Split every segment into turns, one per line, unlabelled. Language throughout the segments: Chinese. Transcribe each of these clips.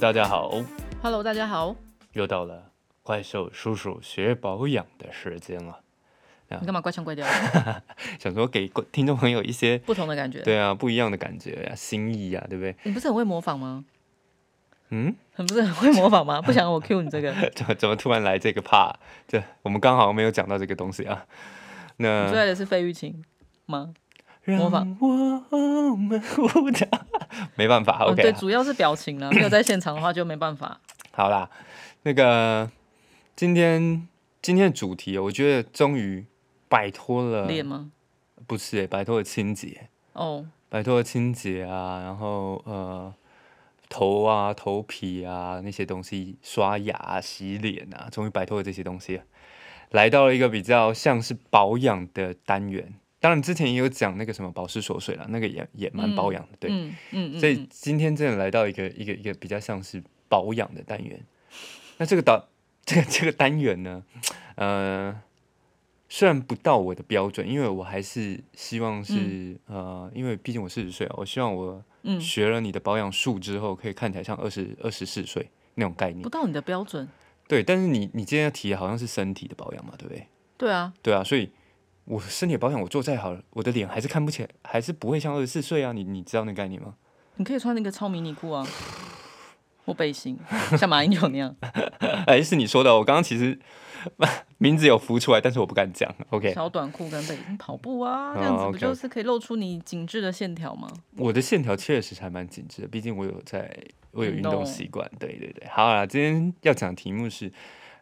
大家好，
Hello，大家好，
又到了怪兽叔叔学保养的时间了。
你干嘛怪腔怪调？
想说给观听众朋友一些
不同的感觉。
对啊不一样的感觉呀、新意呀、对不对？
你不是很会模仿吗？
嗯，
很不是很会模 仿吗？不想我 Q 你这个，
怎么怎么突然来这个 part？这我们刚好没有讲到这个东西啊。
你最
那
爱的是费玉清吗？模
让
仿
我们舞蹈， 没办法
哦对，
，OK，、
主要是表 情啦，没有在现场的话就没办法。
好啦，那个今天今天的主题，我觉得终于摆脱了，
练吗？
不是耶摆脱了清洁。
哦，
摆脱清洁啊，然后呃，头啊、头皮啊那些东西，刷牙啊、洗脸啊，终于摆脱了这些东西了，来到了一个比较像是保养的单元。当然之前也有讲那个什么保湿锁水啦，那个也也蛮保养的，对。
嗯嗯嗯
所以
嗯，
今天真的来到一个一个一个比较像是保养的单元。那这个单 这个这个单元呢，呃，虽然不到我的标准，因为我还是希望是、呃，因为毕竟我四十岁啊，我希望我
嗯
学了你的保养术之后，可以看起来像二十二十四岁那种概念
不。到你的标准。
对，但是你你今天要提的好像是身体的保养嘛，对不对？
对啊，
对啊，所以。我身体的保养我做再好，我的脸还是看不起来，还是不会像二十四岁啊！你你知道那个概念吗？
你可以穿那个超迷你裤啊，或背心， 像马英九那样。
哎，是你说的哦，我刚刚其实名字有浮出来，但是我不敢讲。OK，
小短裤跟背心跑步啊，这样子
哦
不
，OK，OK
就是可以露出你紧致的线条吗？
我的线条确实还蛮紧致的，毕竟我有在，我有运
运
动
动
习惯。对对对，好啦，今天要讲的题目是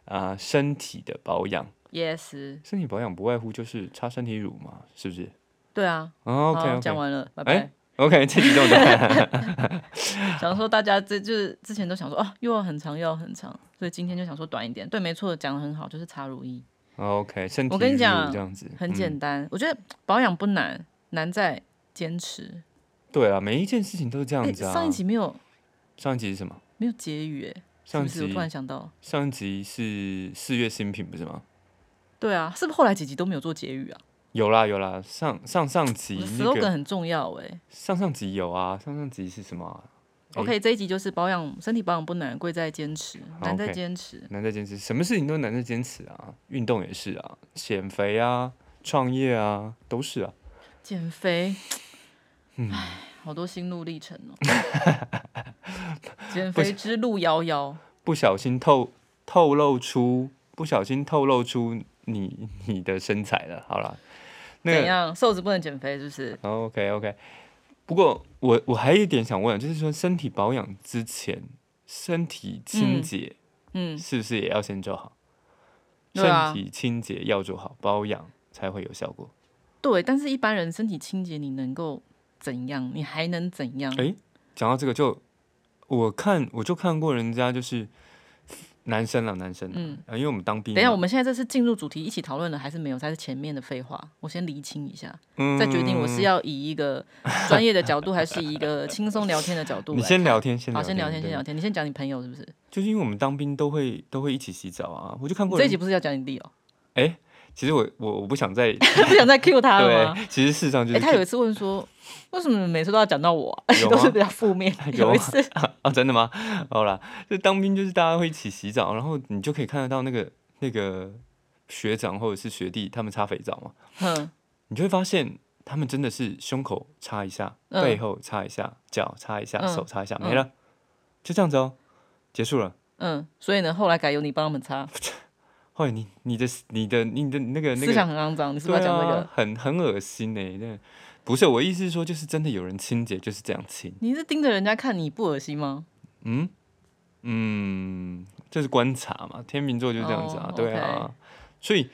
啊、身体的保养。
Yes，
身体保养不外乎就是擦身体乳嘛，是不是、
对啊。
哦、？OK
好，讲
OK
完了，拜
哎
拜。
OK，这集就到这
想说大家这就是之前都想说啊，又要很长又要很长，所以今天就想说短一点。对，没错，讲的很好，就是擦乳液，
OK，身体
我跟你
乳
讲
这样子
很
嗯
简单。我觉得保养不难，难在坚持。
对啊，每一件事情都是这样
哎，
子啊。
上一集没有
上一集是什么？
没有结语哎，是
上
不
一
是？我
集
突然想到，
上一集是四月新品不是吗？
对啊，是不是后来几集都没有做结语啊？
有啦有啦，上上上集
我的
那个
slogan 很重要哎。
上上集有啊，上上集是什么、啊？哎
OK，这一集就是保养身体保养不难，贵在坚持，难在
OK
坚持。
难在坚持，什么事情都难在坚持啊，运动也是啊，减肥啊，创业啊，都是啊。
减肥，
嗯
唉，好多心路历程哦。 减肥之路遥遥。
不小心透透露出，不小心透露出你你的身材了。好啦，那
怎
个
样？瘦子不能减肥，是不是？
OK OK。不过我我还有一点想问，啊就是说身体保养之前，身体清
嗯
洁
嗯，
是不是也要先做好？
对啊
身体清洁要做好，保养才会有效果。
对。但是一般人身体清洁，你能够怎样？你还能怎样？
哎讲到这个就，我看我就看过人家就是男生了，男生，嗯
嗯、
因为我们当兵
等
嘛，
一下，我们现在这是进入主题一起讨论了，还是没有？才是前面的 废话，我先厘清一下，
嗯
再决定我是要以一个专业的角度，还是以一个轻松聊天的角度
嗯你
来。
先聊天，先
好，先聊
天，
天，先聊
对
天。你先讲你朋友是不是？
就是因为我们当兵都会都会一起洗澡啊，我就看
你
过
这一
人
集不是要讲你弟哦？
其实我我我不想再
不想再 Q 他了吗？
对，其实事实上就
哎、
是
他有一次问说，为什么每次都要讲到我、啊，
有
都
吗
是比较负面？
有
有一
吗
次，
啊，真的吗？好啦，就当兵就是大家会一起洗澡，然后你就可以看得到那个那个学长或者是学弟他们擦肥皂嘛，
嗯，
你就会发现他们真的是胸口擦一下，
嗯
背后擦一下，脚擦一下，
嗯
手擦一下，
嗯
没了，就这样子哦，结束了。
嗯，所以呢，后来改由你帮他们擦，
后来你你的你的你的那个那
思想
个，
很肮脏，你是不
对
是要讲这个？
啊，很很恶心呢、那不是我意思是说，就是真的有人清洁就是这样清，
你是盯着人家看，你不恶心吗？
嗯嗯，就是观察嘛，天秤座就是这样子啊，
哦
对啊，所以。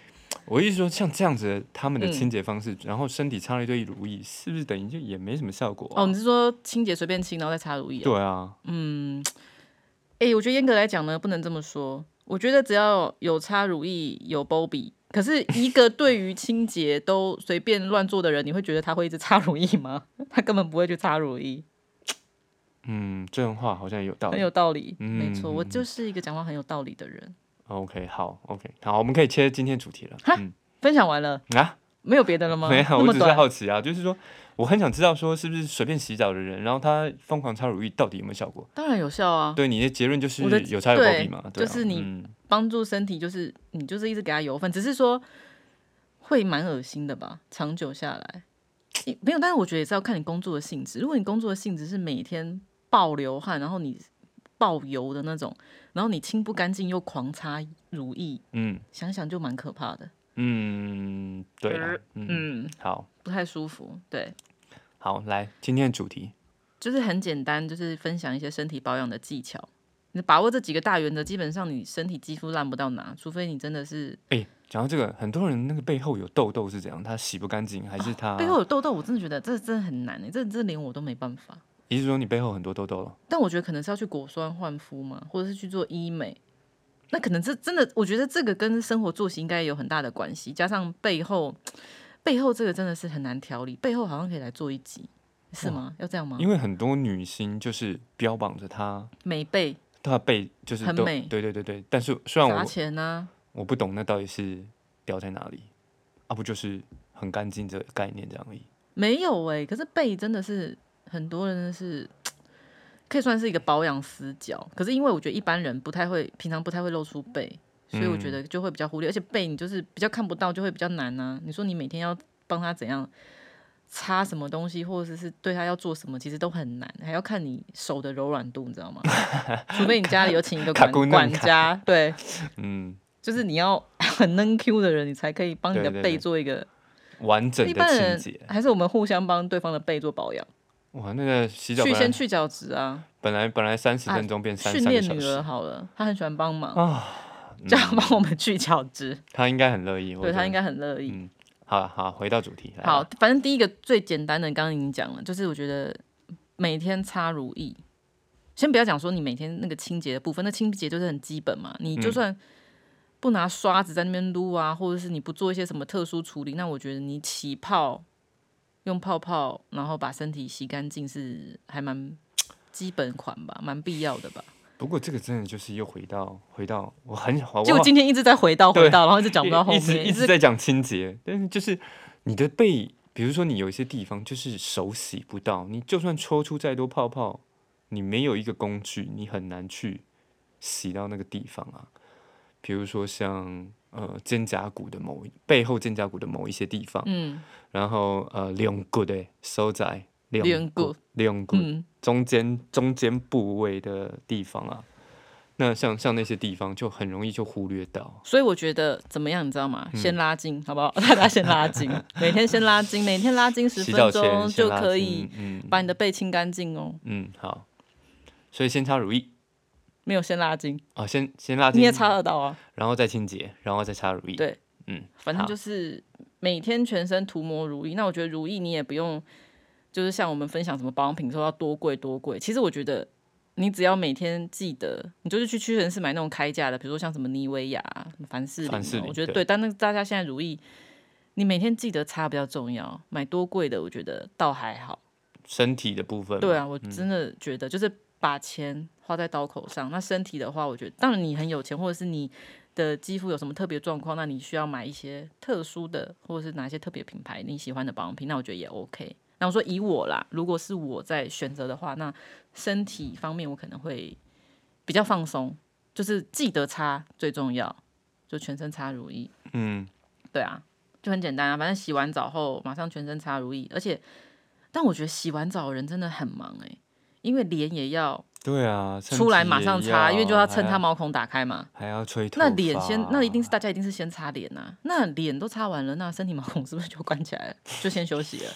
我意思说，像这样子的他们
嗯
的清洁方式，然后身体擦了一堆乳液，是不是等于就也没什么效果、啊？
哦，你是说清洁随便清，然后再擦乳液、啊？
对啊，
嗯，哎、我觉得严格来讲呢，不能这么说。我觉得只要有擦乳液，有 Bobby，可是一个对于清洁都随便乱做的人，你会觉得他会一直擦乳液吗？他根本不会去擦乳液，
嗯，这种话好像也有道
很
理。
有道理。
嗯
没错，我就是一个讲话很有道理的人。
哦 OK，好，OK，好，我们可以切今天主题了。嗯
分享完了，
啊，
没有别的了吗？
没有，
那
我
么
只是
短，
好奇啊，就是说我很想知道说是不是随便洗澡的人，然后他疯狂擦乳液到底有没有效果？
当然有效啊，
对，你的结论就是
我的
有擦有包
对
皮嘛？对
就
啊，
是你
嗯
帮助身体就是你就是一直给它油分，只是说会蛮恶心的吧，长久下来。也没有，但是我觉得也是要看你工作的性质。如果你工作的性质是每天爆流汗，然后你爆油的那种，然后你清不干净又狂擦乳液，
嗯
想想就蛮可怕的。
嗯，对啦，嗯，
嗯，
好
不太舒服。对，
好来今天的主题，
就是很简单，就是分享一些身体保养的技巧。你把握这几个大原则，基本上你身体肌肤烂不到哪，除非你真的是
哎、讲到这个，很多人那个背后有痘痘是怎样？他洗不干净，还是他？
背后有痘痘，我真的觉得这真的很难、欸，这这连我都没办法。
也就是说你背后很多痘痘了？
但我觉得可能是要去果酸焕肤嘛，或者是去做医美。那可能这真的，我觉得这个跟生活作息应该有很大的关系，加上背后，背后这个真的是很难调理。背后好像可以来做一集，是吗？要这样吗？
因为很多女星就是标榜着她，
美背
她的背就是
很
都
美
对对对对。但是虽然
砸
我
钱啊呢、
我不懂那到底是掉在哪里，啊不就是很干净这个概念这样而已。
没有哎、可是背真的是很多人是可以算是一个保养死角。可是因为我觉得一般人不太会，平常不太会露出背，所以我觉
嗯
得就会比较忽略，而且背你就是比较看不到，就会比较难啊。你说你每天要帮他怎样擦什么东西，或者是对他要做什么，其实都很难，还要看你手的柔软度，你知道吗？除非你家里有请一 个
卡
管
古嫩
管
卡
家，对，
嗯，
就是你要 很能 Q 的人，你才可以帮你的
对对
背
对
做一个。
完整
一
的
般
清
人
洁。
还是我们互相帮对方的背做保养。
哇，那个洗澡
去
本
先
来
去角质啊，
本来本来三十
啊
分钟变三
训
三个
练
小
女儿
时，
好了，她很喜欢帮忙
嗯
就要帮我们去角质，
她应该很乐意。我
对
觉
她
得
应该很乐意。
嗯好好回到主题来。啊
好，，反正第一个最简单的，刚刚已经讲了，就是我觉得每天擦乳液，先不要讲说你每天那个清洁的部分，那清洁就是很基本嘛，你就
嗯
算。不拿刷子在那边撸啊，或者是你不做一些什么特殊处理，那我觉得你起泡，用泡泡，然后把身体洗干净是还蛮基本款吧，蛮必要的吧。
不过这个真的就是又回到回到我很哦我
结果今天一直在回到
对
回到，然后一直讲不到后
一
面，
一直一直在讲清洁，但是就是你的背，比如说你有一些地方就是手洗不到，你就算搓出再多泡泡，你没有一个工具，你很难去洗到那个地方啊。比如说像呃肩胛骨的某一背后肩胛骨的某一些地方，
嗯
然后呃两骨的收窄，
两
两
骨
骨两骨
嗯，
中间中间部位的地方啊。那像像那些地方就很容易就忽略到，
所以我觉得怎么样，你知道
嗯
吗？先拉筋，好不 好？大家先拉筋，每天先拉筋，每天拉筋十
洗澡
分
前
钟
先
就
拉
可
筋
以
嗯
把你的背清干净哦。
嗯，好，所以先擦乳液
没有先拉筋，
啊、哦先先拉
你
筋，
也擦得到啊。
然后再清洁，然后再擦乳液。
对，
嗯，
反正
好
就是每天全身涂抹乳液。那我觉得乳液你也不用，就是像我们分享什么保养品说要多贵多贵。其实我觉得你只要每天记得，你就是去屈臣氏买那种开价的，比如说像什么妮维雅啊、什么凡士林
凡士
啊，
林
我觉得
对
对。但那个大家现在乳液，你每天记得擦比较重要。买多贵的，我觉得倒还好。
身体的部分嘛，
对啊，我真的觉得就是把钱花在刀口上。那身体的话，我觉得当然你很有钱，或者是你的肌肤有什么特别状况，那你需要买一些特殊的，或者是哪一些特别品牌你喜欢的保养品，那我觉得也 OK。那我说以我啦，如果是我在选择的话，那身体方面我可能会比较放松，就是记得擦最重要，就全身擦乳液。
嗯，
对啊，就很简单啊，反正洗完澡后马上全身擦乳液，而且，但我觉得洗完澡的人真的很忙哎、因为脸也要
对啊，身
出来
体
马
也
上擦，因为就要趁
还
它毛孔打开嘛。
还要吹头
那脸先，那一定
是
是大家一定是先擦脸呐、啊那脸都擦完了，那身体毛孔是不是就关起来了，就先休息了？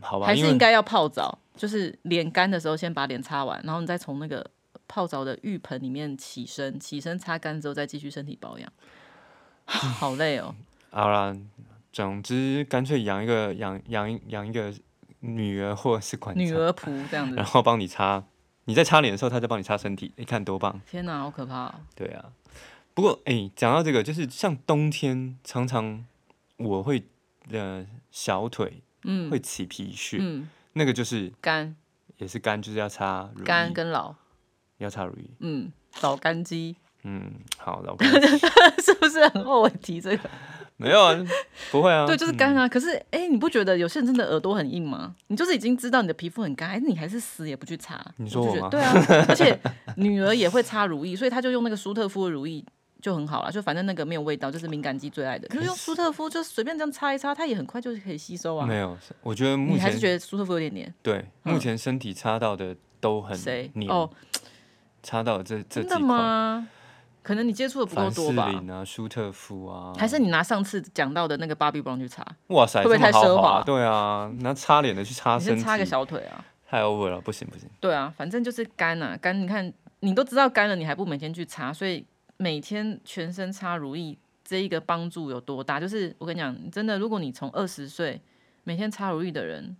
好吧，
还是
因为
应该要泡澡，就是脸干的时候先把脸擦完，然后你再从那个泡澡的浴盆里面起身，起身擦干之后再继续身体保养。 好 累哦，
好啦，总之干脆养一个养养一养一个女儿或者是管
女
家，
儿仆这样子
然，后帮你擦，你在擦脸的时候，她在帮你擦身体，你看多棒。
天哪，好可怕、哦！
对啊，不过哎，诶讲、到这个，就是像冬天，常常我会呃小腿
嗯
会起皮屑，
嗯，
那个就是
干
也是干，就是要擦乳液，
干跟老，
要擦乳液，
嗯，老干肌，
嗯，好，老公，
是不是很后悔提这个？
没有啊，不会啊，
对，就是
嗯
干啊。可是，哎、你不觉得有些人真的耳朵很硬吗？你就是已经知道你的皮肤很干，哎，你还是死也不去擦。
你说
就
我
觉得
吗
对啊，而且女儿也会擦乳液，所以她就用那个舒特夫的乳液就很好啦，就反正那个没有味道，就是敏感肌最爱的。可
嗯
是用舒特夫就随便这样擦一擦，它也很快就可以吸收啊。
没有，我觉得目
你还
前
是觉得舒特夫有点黏？
对，目前身体擦到的都很
谁？
黏，
哦，
擦到的这这
真
几
的
款，
吗？可能你接触的不够
凡士
多吧。
林啊、舒特夫啊，
还是你拿上次讲到的那个 Bobbi Brown 去擦，
哇塞，
会不会
这么
太奢
豪华
华
对啊，拿擦脸的去擦
你
身
先
体，
擦个小腿啊？
太 over 了，不行不行。
对啊，反正就是干啊干，你看你都知道干了，你还不每天去擦，所以每天全身擦如意这一个帮助有多大？就是我跟你讲，真的，如果你从二十岁每天擦如意的人，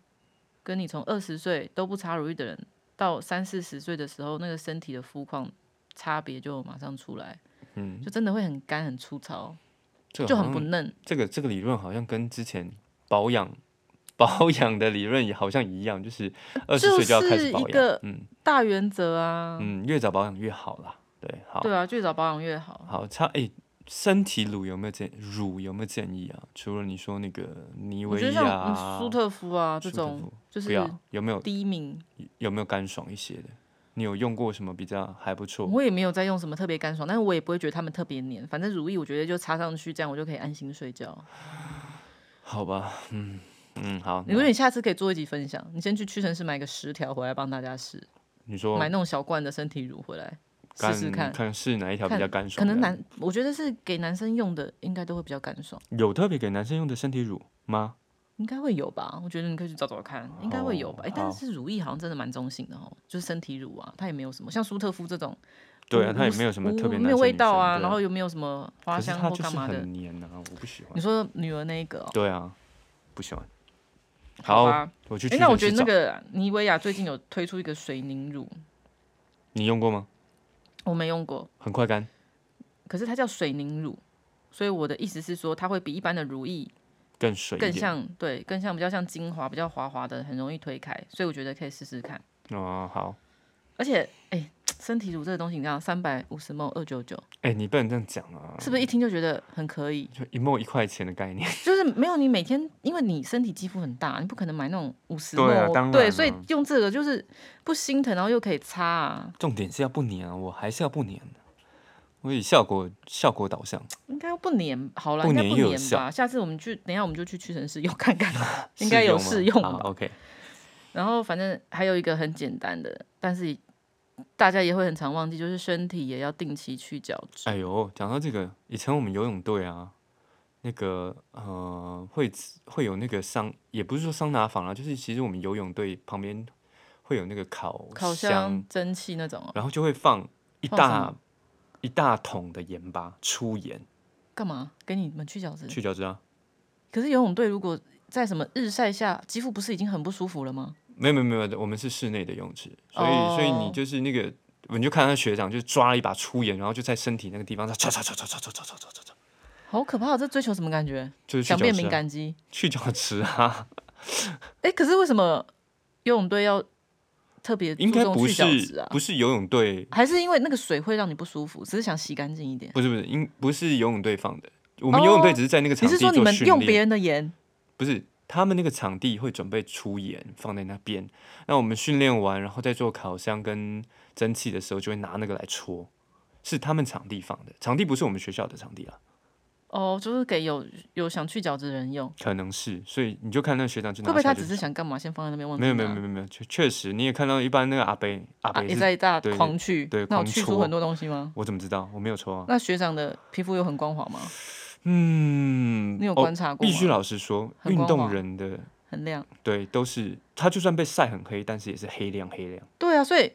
跟你从二十岁都不擦如意的人，到三四十岁的时候，那个身体的肤况差别就马上出来，
嗯，
就真的会很干很粗糙，
这个
就
好
很不
像
嫩。
这个这个理论好像跟之前保养保养的理论也好像一样，就是二十
就
岁就要开始
是
保
一
养，
个
嗯
大原则啊，
嗯，越早保养越好啦。对，好，
对啊，越早保养越好。
好，擦，哎、身体乳有没有建乳有没有建议啊？除了你说那个妮
我
维
觉得
雅
像
啊、
嗯舒特夫啊这
舒特
种
夫，
就
不
是
要，有没有
低敏
有没有干爽一些的？你有用过什么比较还不错？
我也没有在用什么特别干爽，但是我也不会觉得它们特别黏。反正乳液我觉得就擦上去，这样我就可以安心睡觉。
好吧，嗯嗯，好，
如果你下次可以做一集分享，你先去屈臣氏买个十条回来帮大家试，
你说
买那种小罐的身体乳回来试
干
试看。
看是哪一条比
看
较干爽？
可能男，我觉得是给男生用的，应该都会比较干爽，
有特别给男生用的身体乳吗？
应该会有吧？我觉得你可以去找找看，应该会有吧？
哦
哎、但
好
是乳液好像真的蛮中性的哦，就是身体乳啊，它也没有什么像舒特夫这种，
对啊，
无
它也
无
没有什么特别
无没
男
有
生
味
女
道
生
啊，
对
然后又没有什么花
可是
香
它就
或
是
干嘛的。嗯
很黏啊，我不喜欢
你。说女儿那一个哦、
对啊，不喜欢。
好吧
好，我去
哎、
屈
那我
臣
觉
氏
得那
找。
个妮维雅最近有推出一个水凝乳，
你用过吗？
我没用过，
很快干，
可是它叫水凝乳，所以我的意思是说，它会比一般的乳液
更水一
更
点
像，对，更像比较像精华，比较滑滑的，很容易推开，所以我觉得可以试试看。
哦，好。
而且，哎、身体乳这个东西，你看三百五十 ml 二九九，
哎、你不能这样讲啊！
是不是一听就觉得很可以？
就一毛一块钱的概念？
就是没有你每天，因为你身体肌肤很大，你不可能买那种五十
对啊
ml，
当然
对，
啊
所以用这个就是不心疼，然后又可以擦啊，
重点是要不粘啊，我还是要不粘的。我以效果效果导向，
应该不粘，好了，
不
应该
粘
不
又有
粘
效
吧。下次我们去，等一下我们就去屈臣氏用 看看，应该有试用
吗好
吧。
OK，
然后反正还有一个很简单的，但是大家也会很常忘记，就是身体也要定期去角质。
哎呦，讲到这个，以前我们游泳队啊，那个呃，会会有那个桑，也不是说桑拿房啊，就是其实我们游泳队旁边会有那个烤
烤箱、蒸汽那种哦，
然后就会放一
放什么
大一大桶的盐巴，粗盐
干嘛给你们去角质？
去角质啊。
可是游泳队如果在什么日晒下，肌肤不是已经很不舒服了吗？
没有没有没有，我们是室内的泳池，所以、所以
哦
你就是那个，你就看他学长就抓了一把粗盐，然后就在身体那个地方，他唰唰唰唰唰唰唰唰唰唰，
好可怕哦，这追求什么感觉？
就是去
想
角
变
质
敏
啊，
感肌？
去角质啊，
哎、可是为什么游泳队要特别注
应该
重
不
去角
是
质啊？
不是游泳队，
还是因为那个水会让你不舒服，只是想洗干净一点。
不是不是，应不是游泳队放的，我们游泳队
哦
只是在那个场
你
地
是说你
做
们
训
用别
练，
人的盐？
不是。他们那个场地会准备粗盐放在那边，那我们训练完，然后再做烤箱跟蒸汽的时候，就会拿那个来搓，是他们场地放的，场地不是我们学校的场地啊。
哦，就是给有有想去角质的人用，
可能是，所以你就看那学长就
会
拿
不会
起来就
他只是想干嘛？先放在那边忘记
没有没有
拿
没有没有，确确实你也看到一般那个阿伯阿伯
啊，一
是，
在一大
对对
狂去，
对
那我
狂
去除
戳
很多东西吗？
我怎么知道？我没有抽啊。
那学长的皮肤有很光滑吗？
嗯，
你有
哦
观察过
必
吗？
须老实说，
很
运
光
动
滑
人的
很亮。
对都是他就算被晒很黑，但是也是黑亮黑亮
对啊，所以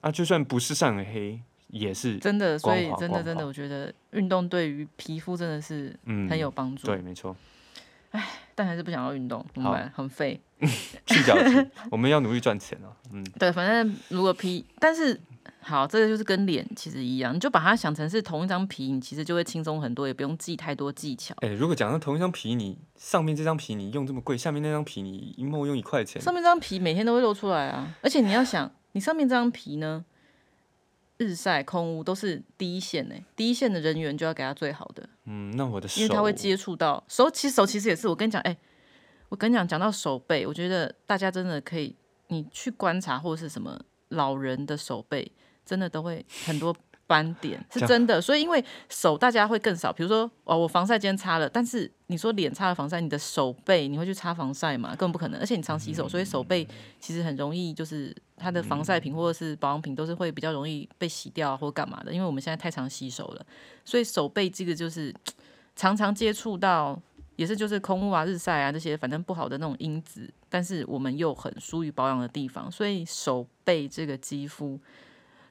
啊，就算不是晒很黑，也是
真的，所
光
以
滑
真的
光
真的，
滑
我觉得运动对于皮肤真的是
嗯
很有帮助。
对，没错，
但还是不想要运动，怎么
好
办？很废。
去角质，我们要努力赚钱啊。嗯，
对，反正如果皮，但是好，这个就是跟脸其实一样，你就把它想成是同一张皮，你其实就会轻松很多，也不用记太多技巧。
哎，如果讲到同一张皮，你上面这张皮你用这么贵，下面那张皮你一毛用一块钱，
上面这张皮每天都会露出来啊，而且你要想，你上面这张皮呢，日晒、空污都是第一线呢、欸第一线的人员就要给他最好的，
嗯，那我的手，
因为他会接触到手，其实手其实也是，我跟你讲，哎、我跟你讲，讲到手背，我觉得大家真的可以，你去观察或者是什么老人的手背，真的都会很多斑点，是真的。所以因为手大家会更少，比如说哦，我防晒今天擦了，但是你说脸擦了防晒，你的手背你会去擦防晒吗？根本不可能。而且你常洗手，所以手背其实很容易就是它的防晒品或者是保养品都是会比较容易被洗掉啊，或干嘛的，因为我们现在太常洗手了，所以手背这个就是。常常接触到也是就是空污啊、日晒啊这些，反正不好的那种因子，但是我们又很疏于保养的地方，所以手背这个肌肤，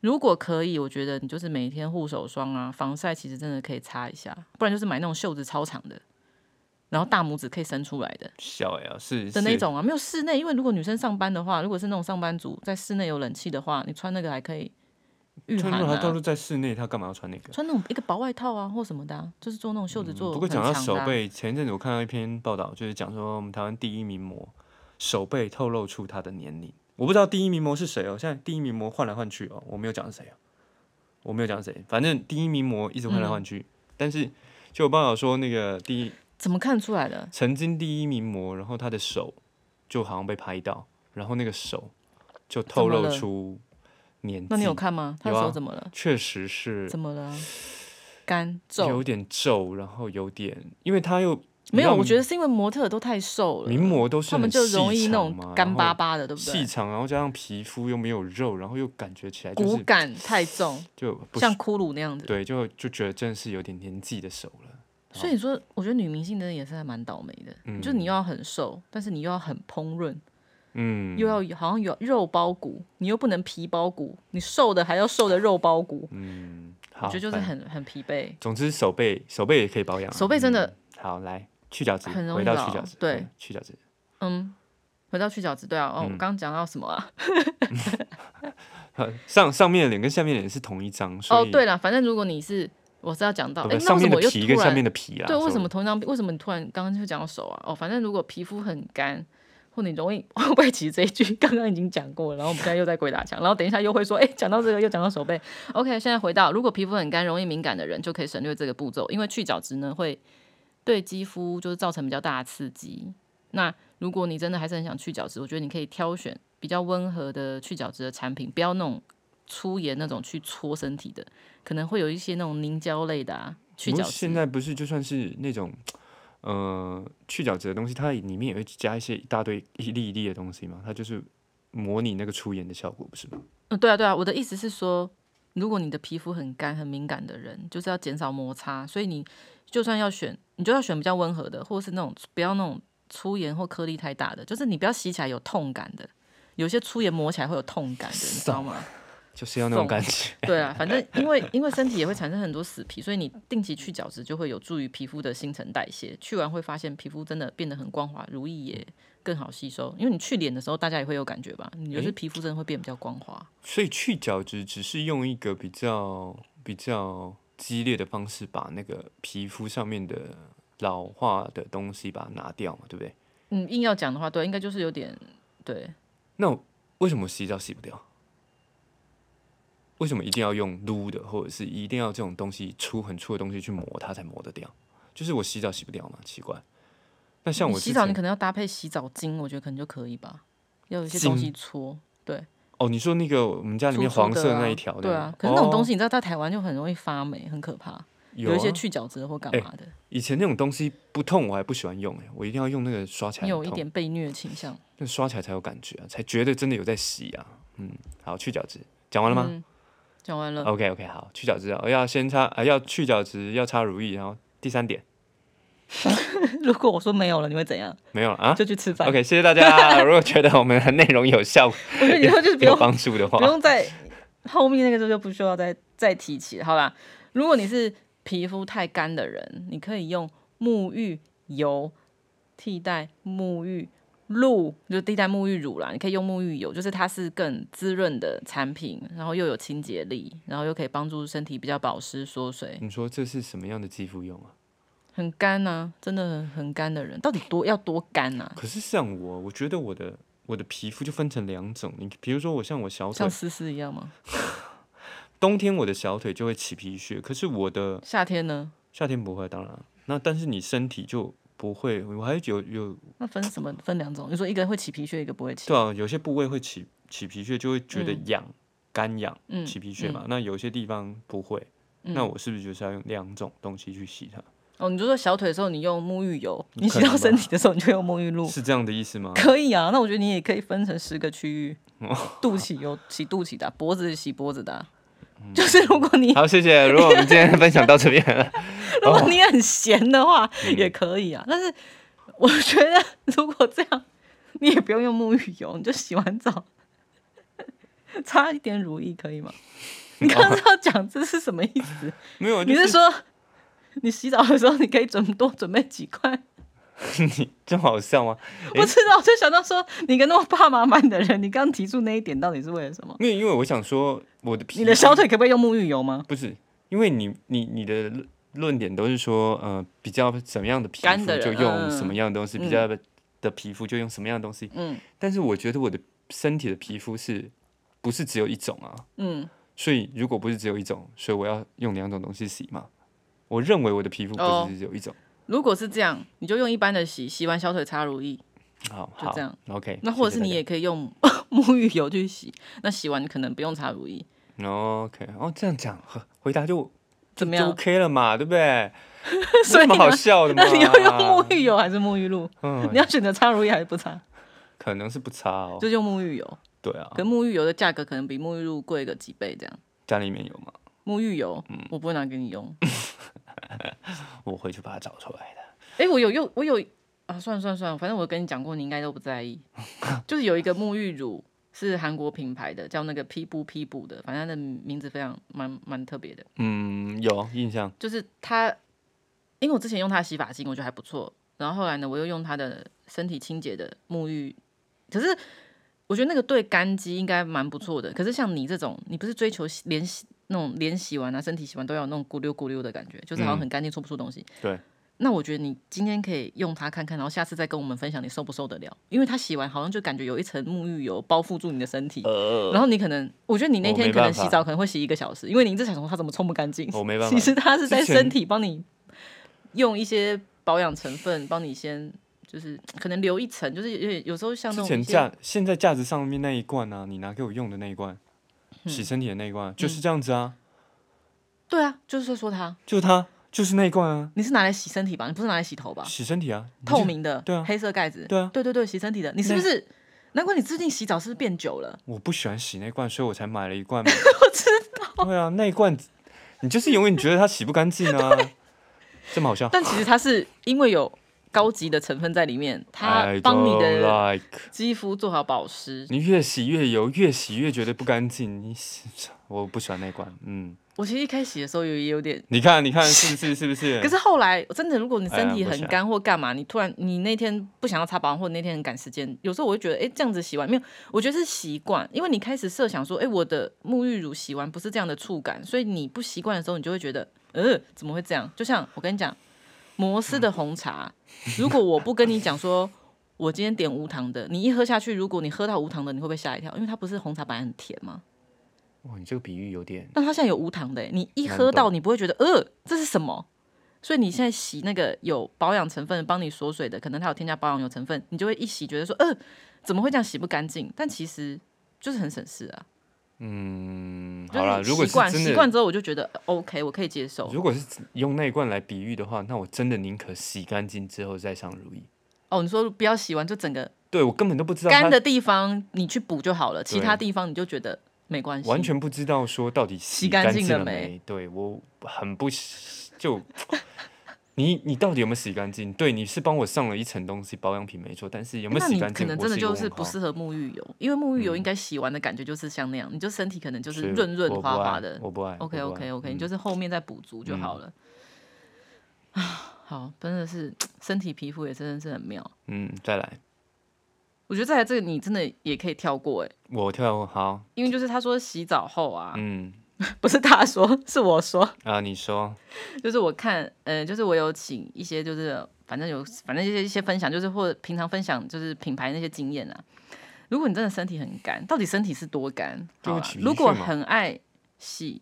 如果可以，我觉得你就是每天护手霜啊、防晒，其实真的可以擦一下，不然就是买那种袖子超长的，然后大拇指可以伸出来的
小呀，是
的那
是
种啊，没有室内，因为如果女生上班的话，如果是那种上班族在室内有冷气的话，你穿那个还可以御
穿
寒
那种他都
啊。
是在室内，他干嘛要穿那个？
穿那种一个薄外套啊，或什么的、啊，就是做那种袖子做、
嗯不
很
过讲到
长
手
的啊
背，前一阵子我看到一篇报道，就是讲说我们台湾第一名模手背透露出他的年龄。我不知道第一名模是谁哦，现在第一名模换来换去哦，我没有讲是谁哦，我没有讲是谁，反正第一名模一直换来
嗯
换去。但是就有报道说，那个第一
怎么看出来的？
曾经第一名模，然后他的手就好像被拍到，然后那个手就透
怎么
露
了
出年纪。
那你有看吗？他的
有啊
手怎么了？
确实是
怎么了？干皱？
有点皱，然后有点，因为他又
没有，我
得。
觉得是因为模特都太瘦了，
名模都是
他们
很
就
细
容易那
长
种
嘛
干
然后
巴巴的，对不
细
对？
长，然后加上皮肤又没有肉，然后又感觉起来就
骨
是
感太重，
就不
像
是
骷髅那样子。
对，就就觉得真的是有点年纪的手了。
所以你说，我觉得女明星真的也是还蛮倒霉的，
嗯
就是你又要很瘦，但是你又要很烹润，
嗯，
又要有好像有肉包骨，你又不能皮包骨，你瘦的还要瘦的肉包骨，
嗯，好，
我觉得就是
反
很很疲惫。
总之手背手背也可以保养啊，
手背真的
嗯好来去角质，
很容
回
易
到
老
去角质，
对
嗯，去角质，
嗯，回到去角质，对啊，哦，
嗯
我刚刚讲到什么啊？
呃上上面的脸跟下面的脸是同一张，所
哦，
以
对了，反正如果你是，我是要讲到，
不
哎、
不
那
上
为什
面的
么我又
皮跟
突
下面
然
的皮啦，
对？为什
sorry
么同一张，为什么你突然刚刚就讲到手啊？哦，反正如果皮肤很干，或你容易 会不会其实这一句刚刚已经讲过了，然后我们现在又在鬼打墙，然后等一下又会说，哎、讲到这个又讲到手背。OK，现在回到如果皮肤很干、容易敏感的人，就可以省略这个步骤，因为去角质呢会对肌肤就是造成比较大的刺激。那如果你真的还是很想去角质，我觉得你可以挑选比较温和的去角质的产品，不要那种粗盐那种去搓身体的，可能会有一些那种凝胶类的啊，去
不
角
过
质。
现在不是就算是那种呃去角质的东西，它里面也会加一些一大堆一粒一粒的东西嘛，它就是模拟那个出盐的效果，不是吗？
嗯，对啊，对啊，我的意思是说，如果你的皮肤很干、很敏感的人，就是要减少摩擦，所以你就算要选，你就要选比较温和的，或者是那种不要那种粗盐或颗粒太大的，就是你不要洗起来有痛感的。有些粗盐磨起来会有痛感的，你知道吗？
就是要那种
送
感觉。
对啊，反正因为因为身体也会产生很多死皮，所以你定期去角质就会有助于皮肤的新陈代谢。去完会发现皮肤真的变得很光滑，如意也更好吸收。因为你去脸的时候，大家也会有感觉吧？你就是皮肤真的会变比较光滑。
所以去角质只是用一个比较比较激烈的方式，把那个皮肤上面的老化的东西把它拿掉嘛，对不对？
嗯，硬要讲的话，对，应该就是有点对，
那我为什么洗澡洗不掉？为什么一定要用撸的，或者是一定要这种东西粗很粗的东西去磨它才磨得掉？就是我洗澡洗不掉嘛，奇怪。那像
你
我
洗
之
澡，你
前
可能要搭配洗澡巾，我觉得可能就可以吧。要有一些
巾
东西搓，对，
哦，你说那个我们家里面
粗粗
黄色
的啊
那一条的，
对啊。可是那种东
西、
西，你知道在台湾就很容易发霉，很可怕。
哦有
一些
啊
去角质或干嘛的，
以前那种东西不痛我还不喜欢用、欸，我一定要用那个刷起来
你
很
有
痛，
一点被虐倾向。
那刷起来才有感觉啊，才觉得真的有在洗啊。嗯，好，去角质讲完了吗、
嗯，呃讲完了。
o k OK，好，去角质啊，要先擦，啊、要去角质，要擦乳液，然后第三点
如果我说没有了，你会怎样？
没有了啊。
就去吃饭。
OK，谢谢大家。如果觉得我们的内容有效、
我觉得以后就是不
有啊
用
帮助的
不
话，
用再后面那个时候就不需要再再提起了，好吧？如果你是皮肤太干的人，你可以用沐浴油替代沐浴露，就替代沐浴乳啦。你可以用沐浴油，就是它是更滋润的产品，然后又有清洁力，然后又可以帮助身体比较保湿缩水。
你说这是什么样的肌肤用啊？
很干啊，真的很很干啊的人，到底多要多干啊？
可是像我，我觉得我的我的皮肤就分成两种。你比如说我像我小腿
像，丝丝一样吗？
冬天我的小腿就会起皮屑，可是我的
夏天呢？
夏天不会，当然，那但是你身体就不会，我还有有
那分什么？分两种？你说一个会起皮屑，一个不会起。
对啊，有些部位会起起皮屑，就会觉得
嗯
痒、干痒，
嗯，
起皮屑嘛。那有些地方不会，那我是不是就是要用两种东西去洗它？
哦，你就说小腿的时候你用沐浴油，
可
你洗到
能
身
吧
体的时候你就用沐浴露，
是这样的意思吗？
可以啊。那我觉得你也可以分成十个区域，
哦
肚脐有洗肚脐的啊、脖子洗脖子的啊、
嗯
就是如果你
好，谢谢。如果我们今天分享到这边了，
如
哦
果你很闲的话、
嗯
也可以啊。但是我觉得如果这样，你也不用用沐浴油，你就洗完澡擦一点乳液可以吗？你刚刚是要讲这是什么意思？
没有，
你
哦就是
说你洗澡的时候你可以准多准备几块？
你这么好笑吗？
不知道，我就想到说，你一个那么怕麻烦的人，你刚提出那一点到底是为了什么？
没有，因为我想说我的皮
你的小腿可不可以用沐浴油吗？
不是，因为你你你的论论点都是说，呃，比较什么样的皮
干
肤
的人
就用什
嗯
么样的东西，比
嗯
较的皮肤就用什么样的东西。
嗯
但是我觉得我的身体的皮肤是不是只有一种啊？
嗯，
所以如果不是只有一种，所以我要用两种东西洗嘛。我认为我的皮肤
哦
不是只有一种。
如果是这样，你就用一般的洗，洗完小腿擦乳液，
好，
就
好
这样。
OK，
那或者
谢
是
谢
你
大
也可以用 沐浴油去洗，那洗完你可能不用擦乳液，
家 OK 哦，这样讲呵回答就
怎么
就
样？
OK 了嘛，对不 对？
所
有什
以
么好
呢
笑的嘛
那？你要用沐浴油还是沐浴露？
嗯，
你要选择擦乳液还是不擦？
可能是不差哦。
就用沐浴油，
对啊，
可沐浴油的价格可能比沐浴露贵个几倍这样。
家里面有吗？
沐浴油，我不会拿给你用。
我回去把它找出来的。
哎、我有用，我有啊，算了算了算了，反正我跟你讲过，你应该都不在意。 就是有一个沐浴乳是韩国品牌的，叫那个 P 布 P 布的，反正它的名字非常蛮蛮特别的。
嗯，有印象。
就是它，因为我之前用它的洗发精，我觉得还不错。然后后来呢，我又用它的身体清洁的沐浴，可是我觉得那个对干肌应该蛮不错的。可是像你这种，你不是追求洗连洗那种连洗完啊，身体洗完都要有那种咕溜咕溜的感觉，就是好像很干净，搓不出东西。
对。
那我觉得你今天可以用它看看，然后下次再跟我们分享你受不受得了，因为它洗完好像就感觉有一层沐浴油包覆住你的身体，
呃，
然后你可能，我觉得你那
我
天
没
可能
办法
洗澡可能会洗一个小时，因为你一直想说它怎么冲不干净。
我没办法
其实它是在
之前
身体帮你用一些保养成分，帮你先就是可能留一层，就是有点有时候像那
呃之
种
前
一些
架现在架子上面那一罐呢、啊，你拿给我用的那一罐，
嗯
洗身体的那一罐，就是这样子啊，
对啊，就是说它
就它，就是那一罐啊，
你是拿来洗身体吧？你不是拿来洗头吧？
洗身体啊，你就
透。明的，
对啊
黑色盖子，
对啊
对对对，洗身体的，你是不是？难怪你最近洗澡是不是变久了？
我不喜欢洗那罐，所以我才买了一 罐。我知道。对啊，那一罐，你就是永远觉得它洗不干净 啊，这么好笑。
但其实它是因为有高级的成分在里面，它
I
帮你
don't
的
like
肌肤做好保湿，
你越洗越油，越洗越觉得不干净。你洗， 我不喜欢那一罐。嗯，
我其实一开始的时候有也有点，
你看，你看，是不是？是不是？
可是后来真的，如果你
哎
身
呀
体
不
很
想
干或干嘛，你突然你那天不想要擦保养，或者那天很赶时间，有时候我会觉得，哎、这样子洗完没有？我觉得是习惯，因为你开始设想说，哎、我的沐浴乳洗完不是这样的触感，所以你不习惯的时候，你就会觉得，呃，怎么会这样？就像我跟你讲，摩斯的红茶，如果我不跟你讲说。我今天点无糖的，你一喝下去，如果你喝到无糖的，你会不会吓一跳？因为它不是红茶本来很甜吗？
哇，你这个比喻有点
但它现在有无糖的欸，你一
难
喝到
懂
你不会觉得呃这是什么，所以你现在洗那个有保养成分帮你锁水的，可能它有添加保养油成分，你就会一洗觉得说呃怎么会这样洗不干净？但其实就是很省事啊。
嗯，
就
好啦，
是
如果
习
是
惯
真
习
的，
惯之后，我就觉得呃 OK，我可以接受。
如果是用那一罐来比喻的话，那我真的宁可洗干净之后再上乳液。
哦，你说不要洗完就整个
对我根本都不知道
干
它，
的地方你去补就好了，其他地方你就觉得没关系。
完全不知道说到底洗
洗干净
净
了
了
没
没。对我很不喜就你你到底有没有洗干净？对，你是帮我上了一层东西保养品没错，但是有没有
那
洗
你
干
可
净？
能
我
真的
一个
就
问
是不
号
适合沐浴油，因为沐
嗯
浴油应该洗完的感觉就是像那样，你就身体可能就是
所以
润润
我不
滑滑
爱
的。
我不爱。
OK
我不
OK
爱嗯
OK，、你就是后面再补足就好了。啊，好，真的是身体皮肤也真的是很妙。
嗯，再来，
我觉得再来这个你真的也可以跳过哎、
我跳好，
因为就是他说洗澡后啊，
嗯
不是他说，是我说，
啊，你说，
就是我看，呃，就是我有请一些就是反正有反正一些一些分享，就是或者平常分享就是品牌那些经验啊。如果你真的身体很干，到底身体是多干？
就
好啦
起皮
如果
屑嘛
很爱洗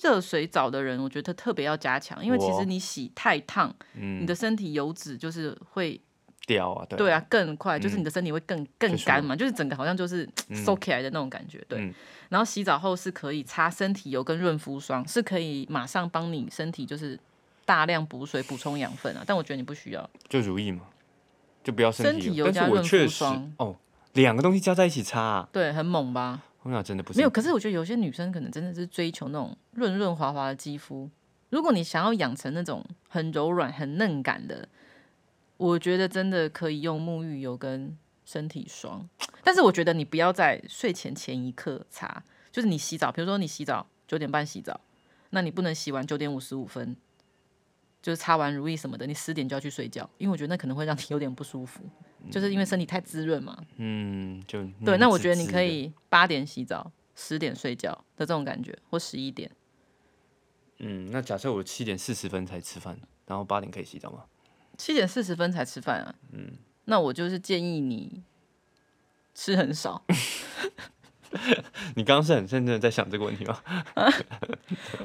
热水澡的人，我觉得特别要加强，因为其
我
实你洗太烫，
嗯，
你的身体油脂就是会
掉啊，对
对
啊，
啊，更快，就是你的身体会更更嗯
就是
干嘛，就是整个好像就是收起来的那种感觉。对
嗯，
然后洗澡后是可以擦身体油跟润肤霜，是可以马上帮你身体就是大量补水补充养分啊。但我觉得你不需要，
就如意嘛，就不要
身
体
体
油。
油
但
加
是我
润
确
肤
实
霜
哦，两个东西加在一起擦、啊，
对，很猛吧？
我想真的不是
没有，可是我觉得有些女生可能真的是追求那种润润滑滑的肌肤。如果你想要养成那种很柔软、很嫩感的，我觉得真的可以用沐浴油跟身体霜。但是我觉得你不要在睡前前一刻擦，就是你洗澡，比如说你洗澡九点半洗澡，那你不能洗完九点五十五分，就是擦完乳液什么的，你十点就要去睡觉，因为我觉得那可能会让你有点不舒服，就是因为身体太滋润嘛。
嗯，就
对，
黏
那我
滋
觉得你
滋
可
的
以八点洗澡，十点睡觉的这种感觉，或十一点。
嗯，那假设我七点四十分才吃饭，然后八点可以洗澡吗？
七点四十分才吃饭啊。嗯，那我就是建议你吃很少。
你刚刚是很认真的在想这个问题吗？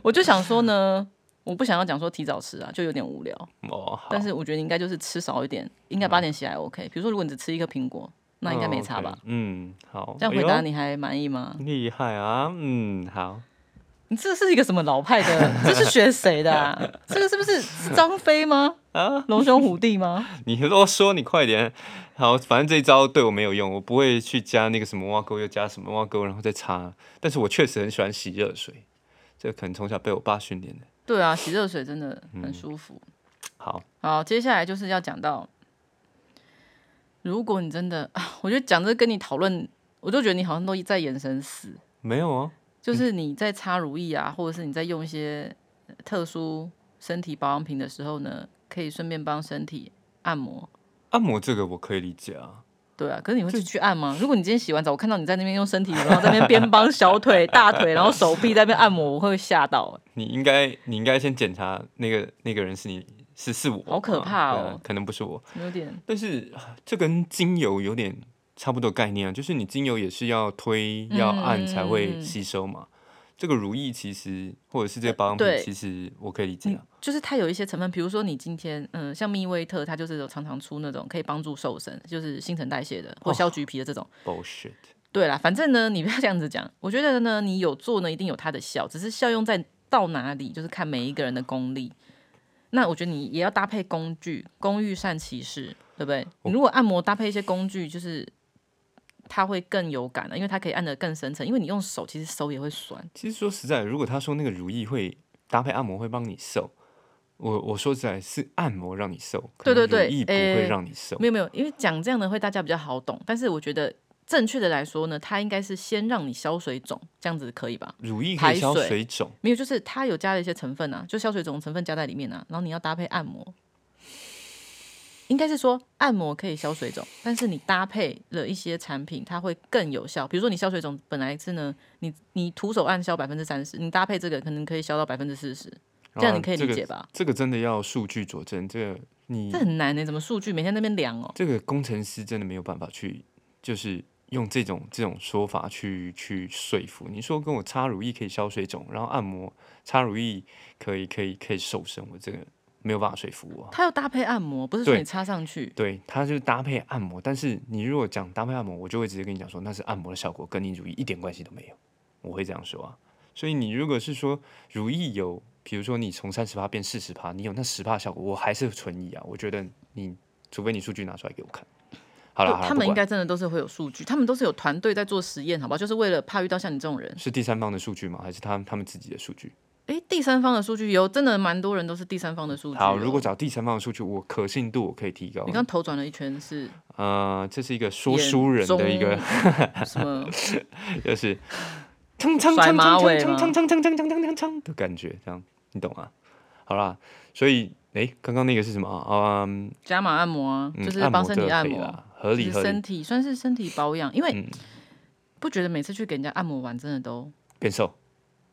我就想说呢，我不想要讲说提早吃啊，就有点无聊。
哦，好
但，是我觉得你应该就是吃少一点，应该八点起来 OK。比如说，如果你只吃一个苹果，那应该没差吧？
哦，OK？嗯，好，
这样
哎
回答
呦
你还满意吗？
厉害啊，嗯，好，
你这是一个什么老派的？这是学谁的、啊？这个是不是是张飞 吗？啊，龙兄虎弟吗？
你啰嗦，你快点，好，反正这一招对我没有用，我不会去加那个什么挖沟，又加什么挖沟，然后再擦。但是我确实很喜欢洗热水，这可能从小被我爸训练的。
对啊，洗热水真的
嗯
很舒服。
好，
好，接下来就是要讲到，如果你真的， 啊我觉得讲这跟你讨论，我就觉得你好像都在眼神死，
没有哦，
就是你在擦乳液啊，或者是你在用一些呃特殊身体保养品的时候呢，可以顺便帮身体按摩。
按摩这个我可以理解啊，
对啊，可是你会去去按吗？如果你今天洗完澡，我看到你在那边用身体乳，然后在那边边帮小腿、大腿，然后手臂在那边按摩，我会吓到、欸
你应该你应该先检查那个那个人是你是是我吗，
好可怕哦
对啊可能不是我。
欸有点
但是啊这跟精油有点差不多概念啊，就是你精油也是要推
嗯
要按才会吸收嘛。这个如意其实或者是这个保养品
对，嗯
其实我可以理解啊。
就是它有一些成分，比如说你今天，嗯，像蜜威特，它就是有常常出那种可以帮助瘦身，就是新陈代谢的或消橘皮的这种。
Bullshit，
对啦，反正呢，你不要这样子讲。我觉得呢，你有做呢，一定有它的效，只是效用在到哪里，就是看每一个人的功力。那我觉得你也要搭配工具，工欲善其事，对不对？你如果按摩搭配一些工具，就是它会更有感啊的，因为它可以按得更深层。因为你用手，其实手也会酸。
其实说实在，如果他说那个如意会搭配按摩会帮你瘦，我我说实在是按摩让你瘦，可
对
能
对对
如意不会
诶
让你瘦。
没有没有，因为讲这样的会大家比较好懂，但是我觉得正确的来说呢，它应该是先让你消水肿，这样子可以吧？
如意可
排
以消
水
水肿，
没有，就是它有加了一些成分啊，就消水肿的成分加在里面啊，然后你要搭配按摩，应该是说按摩可以消水肿，但是你搭配了一些产品，它会更有效。比如说你消水肿本来是呢，你你徒手按消百分之三十，你搭配这个可能可以消到百分之四十，这样
啊
你可以
这
理
个
解吧？
这个真的要数据佐证，这个嗯你
这很难呢、怎么数据每天在那边量哦？
这个工程师真的没有办法去，就是用这种这种说法去去说服你说跟我擦乳液可以消水肿，然后按摩擦乳液可以可以可以瘦身，我这个没有办法说服我啊。
它要搭配按摩，不是说
对
你插上去。
对，它就是搭配按摩，但是你如果讲搭配按摩，我就会直接跟你讲说那是按摩的效果，跟你乳液一点关系都没有，我会这样说啊。所以你如果是说乳液有，比如说你从三十趴变四十趴，你有那十趴效果，我还是存疑啊。我觉得你除非你数据拿出来给我看。好了，
对
好啦
他
不
们应
管
该真的都是会有数据，他们都是有团队在做实验，好不好？就是为了怕遇到像你这种人。
是第三方的数据吗？还是他他们自己的数据？
诶，第三方的数据有，真的蛮多人都是第三方的数据哦。
好，如果找第三方的数据，我可信度我可以提高
你。刚头转了一圈是
呃，这是一个说书人的一个，
什么？
就是锵锵
甩
锵锵
马
锵
尾
锵
吗
锵锵锵锵锵锵锵锵的感觉，这样你懂吗？好啦，所以诶，刚刚那个是什么啊？嗯，
伽马按摩啊，
嗯
就是帮身体
按
按
摩这个可以
摩，
啦，合理
就是
合理
身，体算是身体保养，因为、
嗯
不觉得每次去给人家按摩完，真的都
变瘦，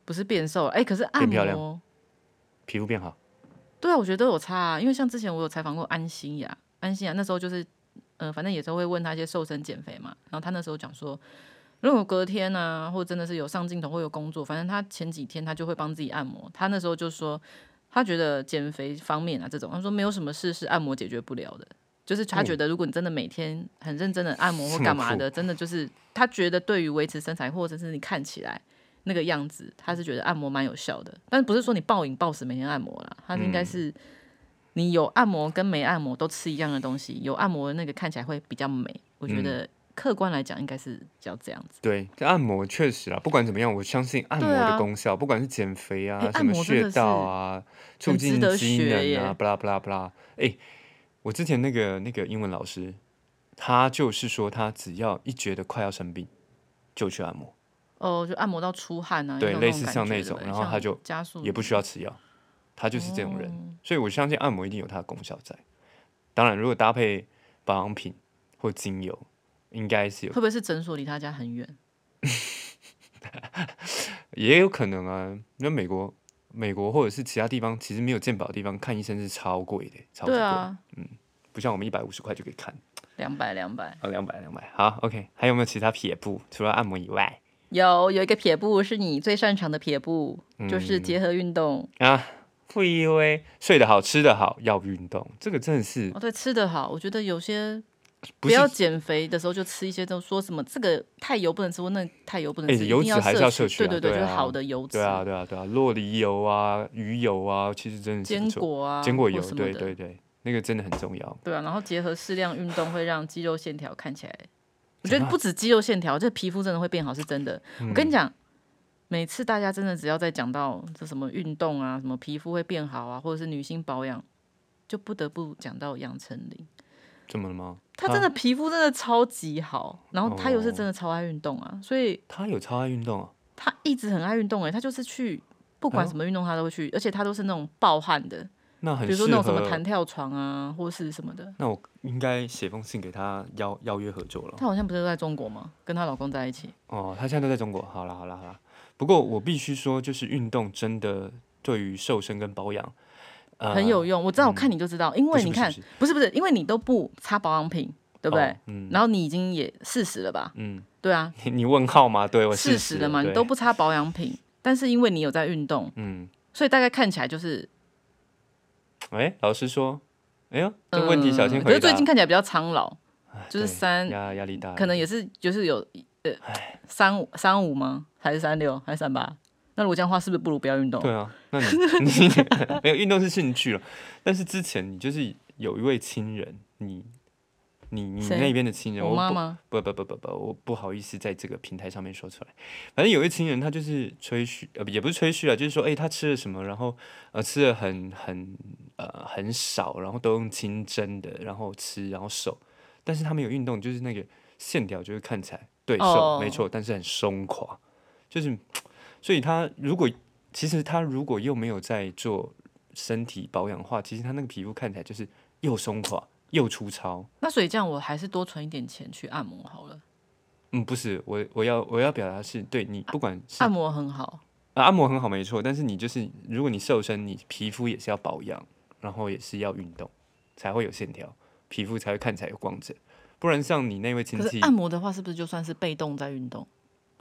不是变瘦了。啊诶，可是按
变漂亮
摩，
皮肤变好。
对啊，我觉得都有差啊。因为像之前我有采访过安心啊雅，安心雅那时候就是，呃，反正也是会问她一些瘦身减肥嘛。然后她那时候讲说，如果隔天啊，或真的是有上镜头或有工作，反正他前几天他就会帮自己按摩。他那时候就说，他觉得减肥方面啊这种，他说没有什么事是按摩解决不了的。就是他觉得，如果你真的每天很认真的按摩或干嘛的，真的就是他觉得对于维持身材或者是你看起来那个样子，他是觉得按摩蛮有效的。但不是说你暴饮暴食每天按摩啦，他应该是你有按摩跟没按摩都吃一样的东西，有按摩的那个看起来会比较美。我觉得客观来讲应该是比较这样子。
对，这按摩确实啊，不管怎么样，我相信按摩
对啊
的功效，不管是减肥啊、
哎
什
按
么
摩真的
穴道啊、促
很值
进
得
机
学耶
能啊，不啦不啦不啦。哎，我之前那个那个英文老师，他就是说，他只要一觉得快要生病，就去按摩，
哦，就按摩到出汗啊，
对
有
类
种
似
感
像
觉
那
对
种
不对
然后他
像
就
加速
也不需要吃药，他就是这种人。
哦
所以我相信按摩一定有它的功效在。当然，如果搭配保养品或精油，应该是有
会，不会是诊所离他家很远？
也有可能啊。那美国、美国或者是其他地方，其实没有健保的地方，看医生是超贵的，超级
对
贵，
啊，
不像我们一百五十块就可以看
两百两百。
啊，两百两百。好，OK，还有没有其他撇步？除了按摩以外
有有一个撇步是你最擅长的撇步，
嗯
就是结合运动。
啊，不以为睡得好、吃得好、要运动，这个真的是
哦，对，吃得好，我觉得有些
不
不要
是
减肥的时候就吃一些都说什么这个太油不能吃，或那个太油不能
哎
吃，
油
一定
脂还是要摄取
取。对
啊
对对，
对
就是
啊
好的油脂，
对啊，对啊，对啊，洛梨油啊、鱼油啊，其实真的是不
坚
错。
果啊，
坚果
或
油，
什么
对
的
对对，那个真的很重要。
对啊，然后结合适量运动，会让肌肉线条看起来，我觉得不止肌肉线条，这皮肤真的会变好，是真的。我
嗯
跟你讲，每次大家真的只要在讲到这什么运动啊，什么皮肤会变好啊，或者是女性保养，就不得不讲到杨丞琳，
怎么了吗？
她真的皮肤真的超级好，然后她又是真
哦
的超爱运动啊，所以
他有超爱运动啊，
她一直很爱运动诶、欸，她就是去。不
哎
管什么运动她都会去，而且她都是那种暴汗的，
那
比
很
如
适
说那种什么弹
合。
跳床啊，或是什么的。
那我应该写封信给他邀邀约合作了。
她好像不是都在中国吗？跟她老公在一起。
哦，他现在都在中国。好啦好啦好啦。不过我必须说，就是运动真的对于瘦身跟保养，呃，
很有用。我知道，我看你就知道，因
不
为
是
你
不是
看，
不是
不是不是，因为你都不擦保养品，对不对
哦？嗯
然后你已经也四十了吧？
嗯，
对啊，
你你问号吗？对，我
四
十
十了嘛，你都不擦保养品，但是因为你有在运动，
嗯。
所以大概看起来就是。
哎，老师说，哎呦，这问题小心
嗯可
回
是
答。
最近看起来比较苍老，
哎
就
对
是三
压压力大了，哎
可能也是就是有呃三五三五吗？还是三六还是三八？那如果这样的话，是不是不如不要运动？
对啊， 那你你没有运动是兴趣了，但是之前你就是有一位亲人，你你你
谁
那边的亲人，
我
我
妈
不
吗？
不不不不不，我不好意思在这个平台上面说出来。反正有一群人，他就是吹嘘，呃，也不是吹嘘啊，就是说，哎、他吃了什么，然后呃，吃的很很呃很少，然后都用清蒸的，然后吃，然后瘦，但是他没有运动，就是那个线条就是看起来对瘦、
哦
没错，但是很松垮，就是，所以他如果其实他如果又没有在做身体保养的话，其实他那个皮肤看起来就是又松垮又粗糙。
那所以这样，我还是多存一点钱去按摩好了。
嗯，不是，我我要我要表达的是对你不管是、
按摩很好，
啊按摩很好没错，但是你就是如果你瘦身，你皮肤也是要保养，然后也是要运动，才会有线条，皮肤才会看起来有光泽。不然像你那位亲
可是
戚，
按摩的话，是不是就算是被动在运动？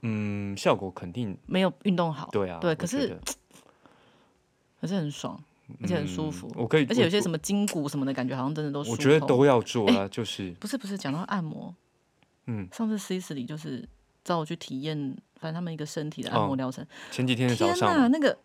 嗯，效果肯定
没有运动好，
对啊。
对
我
可
觉
是
得
可是很爽，而且很舒服，
我可以，
而且有
嗯我
些什么筋骨什么哎的感觉，好像真的都
我
疏
觉得
通
都要做啦，就是
不是不是，讲到按摩，
嗯，
上次 C 四里就是找我去体验，反正他们一个身体的按摩疗程，
前哦几天的早
天
上
哪，
嘛，
那个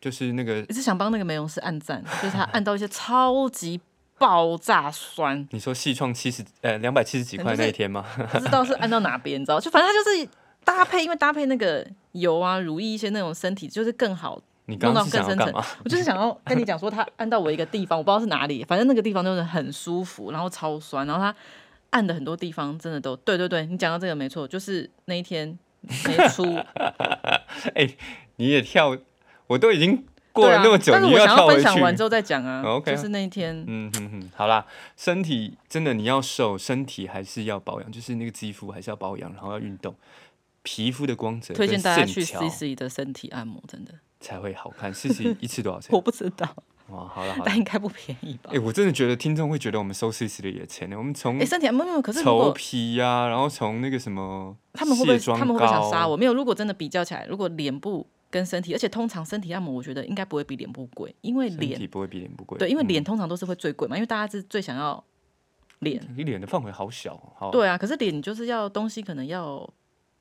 就是那个
一直想帮那个美容师按赞，就是他按到一些超级爆炸酸，
你说细创七十呃两百七十几
可
块
能就
那一
是
天吗？
哎 不知道是按到哪边，你知道？就反正它就是搭配，因为搭配那个油啊、乳液一些那种身体，就是更好。
你刚
弄
刚
到
是
更
想要
深
干
层
嘛？，
我就是想要跟你讲说，它按到我一个地方，我不知道是哪里，反正那个地方就是很舒服，然后超酸，然后它按的很多地方真的都，对对对，你讲到这个没错，就是那一 天没出，
啊
啊
你也跳，我都已经过
对
了
啊
那么久，
但是
你
我
又要
想
跳
要
回
分
去。哦
享完之后再讲啊
OK
就是那一天，
嗯哼哼，好啦，身体真的你要瘦，身体还是要保养，就是那个肌肤还是要保养，然后要运动，皮肤的光泽
推荐
跟
大家
线
去
条
C C 的身体按摩，真的，
才会好看。试试一次多少钱？
我不知道，
哇，好了好了
但，应该不便宜吧
哎、？我真的觉得听众会觉得我们收 C 十的野钱呢。我们从
哎、身体还没有没有，可是如
头
果
皮呀、然后从那个什么
他们会不会
卸妆
他们会不会想杀
膏
我？没有，如果真的比较起来，如果脸部跟身体，而且通常身体按摩，我觉得应该不会比脸部贵，因为
身
脸
体不会比脸不贵，
对，因为
嗯
脸通常都是会最贵嘛，因为大家是最想要脸。
你脸的范围好小哦，好
对啊，可是脸你就是要东西可能要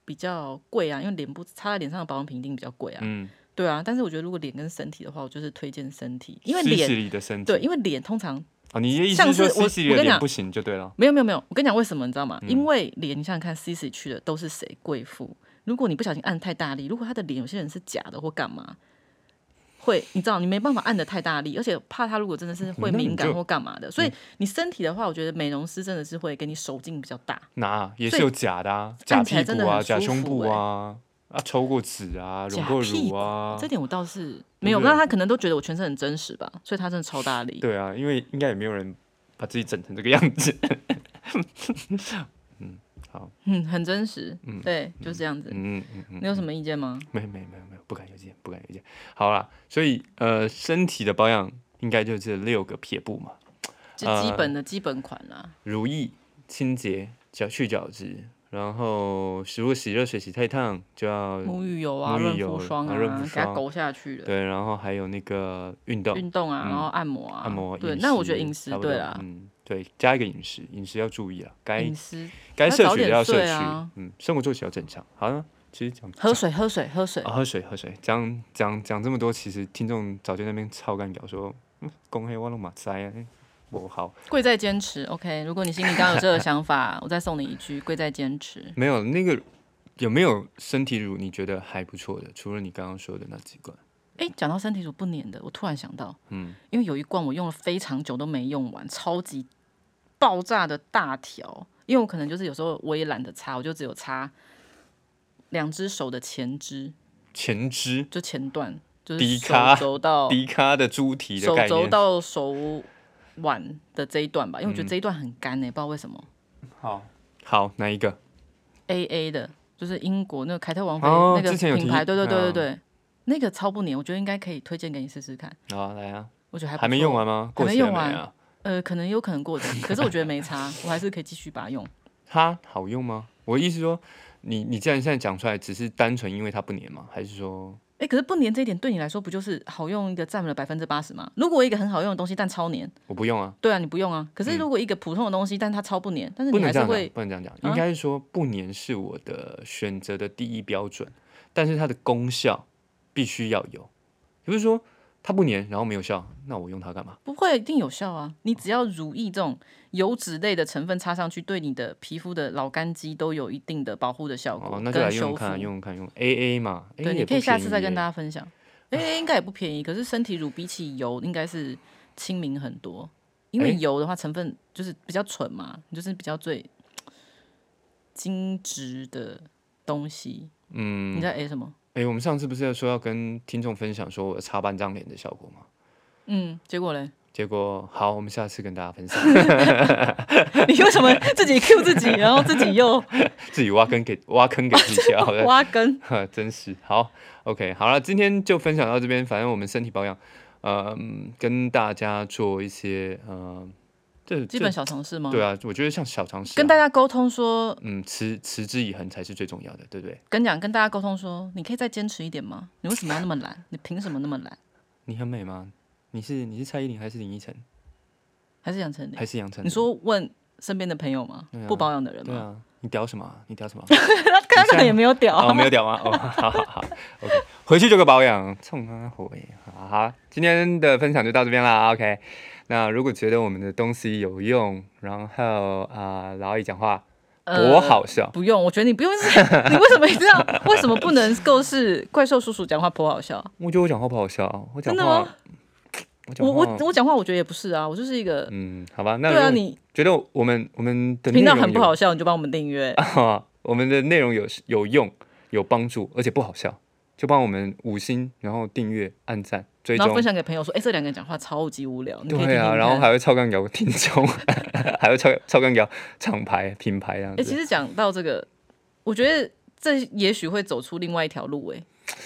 比较贵啊，因为脸部擦在脸上的保养品一定比较贵啊。
嗯，
对啊，但是我觉得如果脸跟身体的话，我就是推荐身体，因为
西西
脸
里的身体，
对，因为脸通常
哦，你的意思
像
是说
是我
西西里的
我跟你
脸
讲
不行就对了，
没有没有没有，我跟你讲为什么你知道吗？
嗯
因为脸，你想想看，C C 去的都是谁？贵妇。如果你不小心按太大力，如果她的脸有些人是假的或干嘛，会你知道你没办法按的太大力，而且怕她如果真的是会
那你
敏感
就嗯
或干嘛的，所以你身体的话，我觉得美容师真的是会给你手劲比较大。
那也
所
是
以
有假的啊，假
按起来
屁
真
股
的
啊，
很
假
舒
胸
服
部
欸
啊，啊抽过脂啊，
假
隆过
屁
乳
股
啊
这，点我倒是没有，
对不对
那她可能都觉得我全身很真实吧，所以她真的超大力。
对啊，因为应该也没有人把自己整成这个样 子，
嗯， 很真实。对，就这样子。
嗯嗯嗯，
你有什么意见吗？
没有没有没有没有，不敢有见，不敢有见。好啦，所以呃，身体的保养应该就是六个撇步嘛，
就
呃
基本的基本款啊啦。
如意、清洁、角去角质，然后食物洗热水洗太烫就要
沐浴油啊，
沐浴
润
油
肤霜
啊
啊，
润肤
给它
霜
勾下去了。
对，然后还有那个运动、嗯
运动啊，然后按摩啊，
按摩。
对，
饮
那我觉得
食
饮食
差不
对
多
啦，
嗯，对，加一个饮食，饮食要注意啊，该
饮食
该
要
摄
早
取的
点
要摄
睡
取，
啊
嗯，生活作息要正常。好了，其实讲
喝水喝水喝水
啊，，喝水喝水，讲讲讲这么多，其实听众早就在那边超干屌说，嗯，公黑我都马塞啊，我好
贵在坚持。OK，如果你心里刚刚有这个想法， 我再送你一句：贵在坚持。
没有那个有没有身体乳你觉得还不错的？除了你刚刚说的那几罐，
哎，讲到身体乳不粘的，我突然想到，嗯，因为有一罐我用了非常久都没用完，超级爆炸的大条，因为我可能就是有时候我也懒得擦，我就只有擦两只手的前肢，
前肢
就前段，就
迪
是手
卡
肘 到
迪卡的猪蹄的
手
概
肘
念，
到手腕的这一段吧，因为
嗯
我觉得这一段很干欸诶、不知道为什么。
好好哪一个？
A A 的，就是英国那个凯特王妃、
哦
那个
之前有提
品牌，对对对
嗯
对对，那个超不粘，我觉得应该可以推荐给你试试看，
好来啊，
我觉得还不
还没用
错。
完吗？
还
过
没
期了
用完
啊？
呃，可能有可能过期，可是我觉得没差，我还是可以继续把它用。
它好用吗？我的意思说，你你既然现在讲出来，只是单纯因为它不粘吗？还是说
哎，可是不粘这一点对你来说不就是好用一个占了百分之八十吗？如果一个很好用的东西但超粘，
我不用啊？
对啊，你不用啊。可是如果一个普通的东西，但它超不粘，但是
不
你
能
还
这
是
样
会啊
讲，不能这样讲，应该是说不粘是我的选择的第一标准，但是它的功效必须要有，也就是说它不粘，然后没有效，那我用它干嘛？
不会，一定有效啊！你只要乳液这种油脂类的成分插上去，对你的皮肤的老干肌都有一定的保护的效果
哦，那就来
跟
用
修
用看啊，
复。
用用看，用 A A 嘛，A
对，
也
你
不
可以下次再
便
跟
宜
大家分享。哎，应该也不便宜，可是身体乳比起油应该是亲民很多，因
哎
为油的话成分就是比较纯嘛，就是比较最精致的东西。嗯，你在 A 什么？
耶。哎，我们上次不是要说要跟听众分享说我擦半张脸的效果吗？
嗯，结 果嘞？
结果好，我们下次跟大家分享，
你为什么自己 Q 自己，然后自己 又
自己挖坑给挖坑给自己跳的。
挖根？
呵， 真是好，OK，好了，今天就分享到这边。反正我们身体保养，呃，嗯跟大家做一些，呃，这
基本小常识吗？
这对啊，我觉得像小常识、啊，
跟大家沟通说，
嗯，持持之以恒才是最重要的，对不对？
跟你讲，跟大家沟通说，你可以再坚持一点吗？你为什么要那么懒？ 你凭什么那么懒？
你很美吗？你是你是蔡依林还是林依晨
还是杨丞琳？
还是杨丞琳？
你说问身边的朋友吗？不保养的人
对
吗？
啊，你屌什么啊？你屌什么啊？
他可能可能也没有屌
哦，
啊。
没有屌吗？哦，好好好，OK，回去就个保养，冲啊火耶！好好，今天的分享就到这边啦，OK。那如果觉得我们的东西有用，然后啊、老易讲话 多哦好笑，
不用，我觉得你不用 一直，你为什么一定要？为什么不能够是怪兽叔叔讲话颇好笑？
我觉得我讲话不好笑啊，我讲
真的
话
吗，
我讲
我
话
我，我讲话，我觉得也不是啊，我就是一个，
嗯，好吧，那
对啊，
如果
你
觉得我们我们的内
频道
容
很不
有
好笑，你就帮我们订阅。
啊，我们的内容有有用、有帮助，而且不好笑，就帮我们五星，然后订阅、按赞、追
然
踪
后分。享给朋友说，哎、这两个人讲话超级无聊，你可以听
对
听
啊，
看
然后还会超干聊听众， 还会超超干聊厂牌、品牌这样
哎、其
子。
实讲到这个，我觉得这也许会走出另外一条路、哎，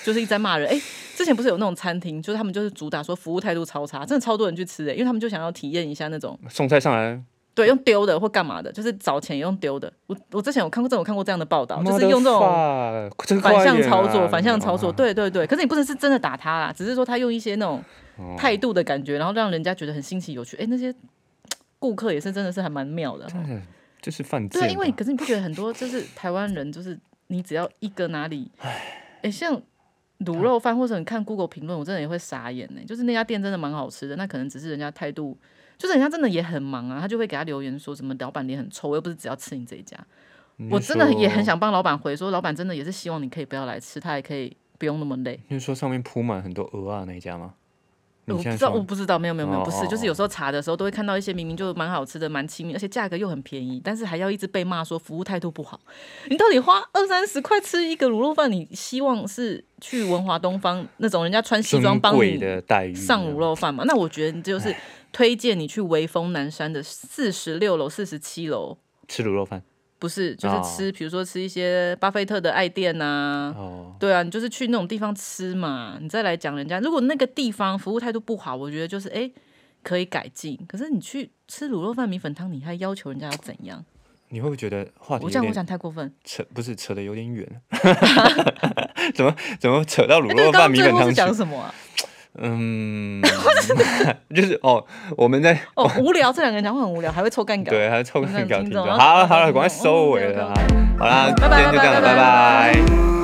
就是一直在骂人。哎、之前不是有那种餐厅，就是他们就是主打说服务态度超差，真的超多人去吃的、因为他们就想要体验一下那种
送菜上来，
对用丢的或干嘛的，就是找钱也用丢的。我我之前有看过这种看过这样的报道，哦就是用这种
Motherfuck，这个快
反向
点
操作，
啊
反向操作，
啊
对对对。可是你不能是真的打他啦，只是说他用一些那种态度的感觉，然后让人家觉得很新奇有趣。哎，那些嘖顾客也是真的是还蛮妙的。
真的就是犯贱
对
啊。
啊，因为可是你不觉得很多 就是台湾人，就是你只要一个哪里，哎，像卤肉饭或者你看 Google 评论，我真的也会傻眼呢、就是那家店真的蛮好吃的，那可能只是人家态度，就是人家真的也很忙啊，他就会给他留言说什么老板脸很臭，我又不是只要吃你这一家。
你
我
就
真的也
说
很。想帮老板回说，老板真的也是希望你可以不要来吃，他也可以不用那么累。
你是说上面铺满很多鹅啊那一家吗？
我
你
不
现在
知道，我
说
不知道，没有没有没有，
哦
不是，
哦
就是有时候查的时候都会看到一些明明就蛮好吃的、蛮亲民，而且价格又很便宜，但是还要一直被骂说服务态度不好。你到底花二三十块吃一个卤肉饭，你希望是去文华东方那种人家穿西装
尊
帮
贵
你
的哎待遇
上卤肉饭嘛？那我觉得你就是推荐你去微风南山的四十六楼、四十七楼，
吃卤肉饭
不是就是
哦
吃，比如说吃一些巴菲特的爱店呐、
哦，
对啊，你就是去那种地方吃嘛，你再来讲人家。如果那个地方服务态度不好，我觉得就是哎、诶可以改进。可是你去吃卤肉饭、米粉汤，你还要求人家要怎样？
你会不会觉得话题
我
有
这样我
点
讲太过分。
扯？不是扯的有点远，啊 怎么怎么扯到卤
哎，
肉
对，
饭
刚刚
米
最
粉
后是讲
汤去？
什么啊？
嗯， 就是哦，我们在
哦，无聊，这两个人讲话很无聊，还 会抽干稿。
对，还是抽
我
干
们这
搞
样
听
听众
众。
啊
好了好
听
了，赶快
众
收
哦
尾
，OK，OK，
了啊。好啦，
拜
今天
拜
就这样了，
拜拜
拜拜